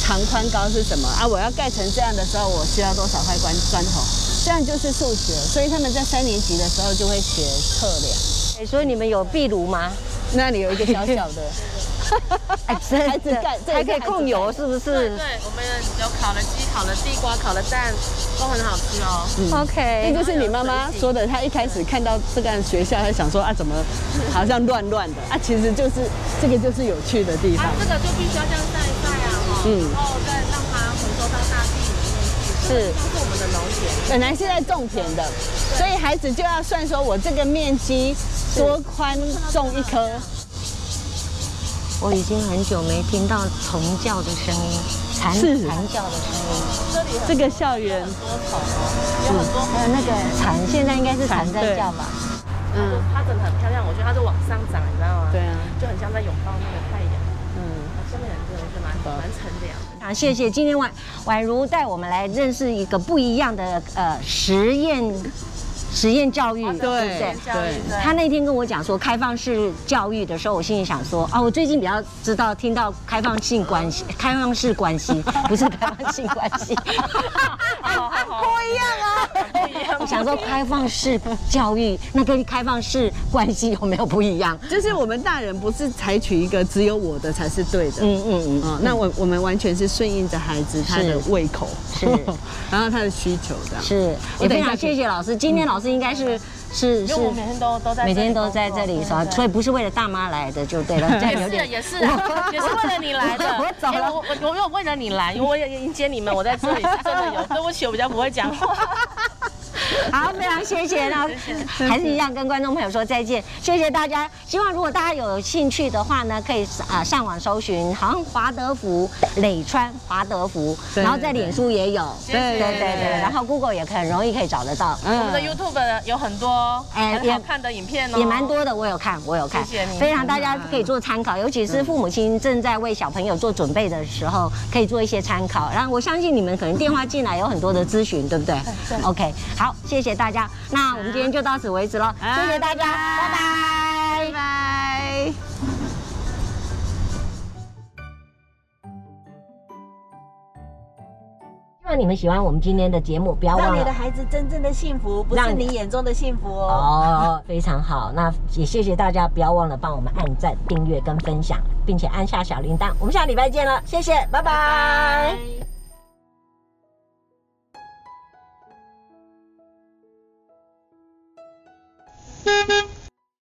[SPEAKER 2] 长宽高是什么啊？我要盖成这样的时候，我需要多少块砖砖头？这样就是数学，所以他们在三年级的时候就会学测量。
[SPEAKER 1] 哎所以你们有壁炉吗？
[SPEAKER 2] 那里有一个小小的，
[SPEAKER 1] 哎，真的
[SPEAKER 2] 孩子盖，这
[SPEAKER 1] 还
[SPEAKER 2] 也
[SPEAKER 1] 可
[SPEAKER 2] 是
[SPEAKER 1] 以
[SPEAKER 2] 孩子
[SPEAKER 1] 控
[SPEAKER 2] 盖
[SPEAKER 1] 油，是不是
[SPEAKER 3] 对，我们有烤了鸡、烤了地瓜、烤了蛋，都很好吃哦。
[SPEAKER 1] 嗯
[SPEAKER 2] 这
[SPEAKER 1] ？OK，
[SPEAKER 2] 就是你妈妈说的，她一开始看到这个学校，她想说啊，怎么好像乱乱的啊？其实就是这个就是有趣的地方
[SPEAKER 3] 啊，，这个就必须要这样晒一晒啊，哈，
[SPEAKER 2] 嗯
[SPEAKER 3] 然后再让它回收到大地里面去，这
[SPEAKER 1] 是
[SPEAKER 3] 个就是我们的农田。
[SPEAKER 2] 本来是在种田的，所以孩子就要算说我这个面积多宽种一棵，
[SPEAKER 1] 我已经很久没听到虫叫的声音，蝉
[SPEAKER 2] 是
[SPEAKER 1] 蝉叫的声音。
[SPEAKER 3] 这里很
[SPEAKER 2] 这个校园，
[SPEAKER 3] 多虫哦，有很多
[SPEAKER 1] 还有呃那个蝉，现在应该是蝉在叫吧？
[SPEAKER 2] 嗯，
[SPEAKER 3] 它真的很漂亮，我觉得它是往上涨，你知道吗？
[SPEAKER 2] 对，啊，
[SPEAKER 3] 就很像在拥抱那个太阳。
[SPEAKER 2] 嗯，
[SPEAKER 3] 下面很多人就蛮蛮乘凉的。
[SPEAKER 1] 啊，谢谢，今天宛宛如带我们来认识一个不一样的呃实验实验教育，对不对
[SPEAKER 2] 对？
[SPEAKER 1] 他那天跟我讲说开放式教育的时候，我心里想说啊，我最近比较知道听到开放性关系， 开放式关系不是开放性关 系，
[SPEAKER 2] 啊
[SPEAKER 3] 不一样
[SPEAKER 1] 我想说开放式教育那跟开放式关系有没有不一样？
[SPEAKER 2] 就是我们大人不是采取一个只有我的才是对的，
[SPEAKER 1] 嗯嗯嗯，
[SPEAKER 2] 嗯，那我我们完全是顺应着孩子他的胃口，
[SPEAKER 1] 是
[SPEAKER 2] 然后他的需求这样。
[SPEAKER 1] 是，
[SPEAKER 2] 我
[SPEAKER 1] 也
[SPEAKER 2] 等
[SPEAKER 1] 非
[SPEAKER 2] 一下
[SPEAKER 1] 常谢谢老师，今天老师应该是是是
[SPEAKER 3] 因为我每天都都在这里
[SPEAKER 1] 每天都在这里
[SPEAKER 3] 工
[SPEAKER 1] 耍
[SPEAKER 3] 作，对
[SPEAKER 1] 所以不是为了大妈来的就对了，这 样有
[SPEAKER 3] 也是
[SPEAKER 1] 点
[SPEAKER 3] 也是啊也是为了你来的
[SPEAKER 1] ，我我走了
[SPEAKER 3] 因为我我我有为了你来，因为我也迎接你们，我在这里是真的有。对不起，我比较不会讲话。
[SPEAKER 1] 好，非常谢谢，那还是一样跟观众朋友说再见，谢谢大家。希望如果大家有兴趣的话呢，可以啊、上网搜寻，好像华德福磊川华德福，
[SPEAKER 2] 对
[SPEAKER 1] 然后在脸书也有，
[SPEAKER 3] 对对
[SPEAKER 1] 对对对，然后 Google 也很容易可以找得到，
[SPEAKER 3] 我们的 YouTube 有很多
[SPEAKER 1] 嗯哎
[SPEAKER 3] 很好看的影片哦，
[SPEAKER 1] 也蛮。多的，我有看，我有看，
[SPEAKER 3] 谢谢你
[SPEAKER 1] 非常大家可以做参考，尤其是父母亲正在为小朋友做准备的时候，可以做一些参考。然后我相信你们可能电话进来有很多的咨询，对不对？OK，好，谢谢大家，那我们今天就到此为止了，谢谢大家，拜拜。
[SPEAKER 2] 拜拜。
[SPEAKER 1] 希望你们喜欢我们今天的节目，不要
[SPEAKER 4] 让
[SPEAKER 1] 忘
[SPEAKER 4] 你的
[SPEAKER 1] 了。
[SPEAKER 4] 孩子真正的幸福，不是
[SPEAKER 1] 让你
[SPEAKER 4] 你眼中的幸福哦。
[SPEAKER 1] 哦，非常好，那也谢谢大家，不要忘了帮我们按赞、订阅跟分享，并且按下小铃铛。我们下礼拜见了，谢谢，拜拜
[SPEAKER 5] Thank you.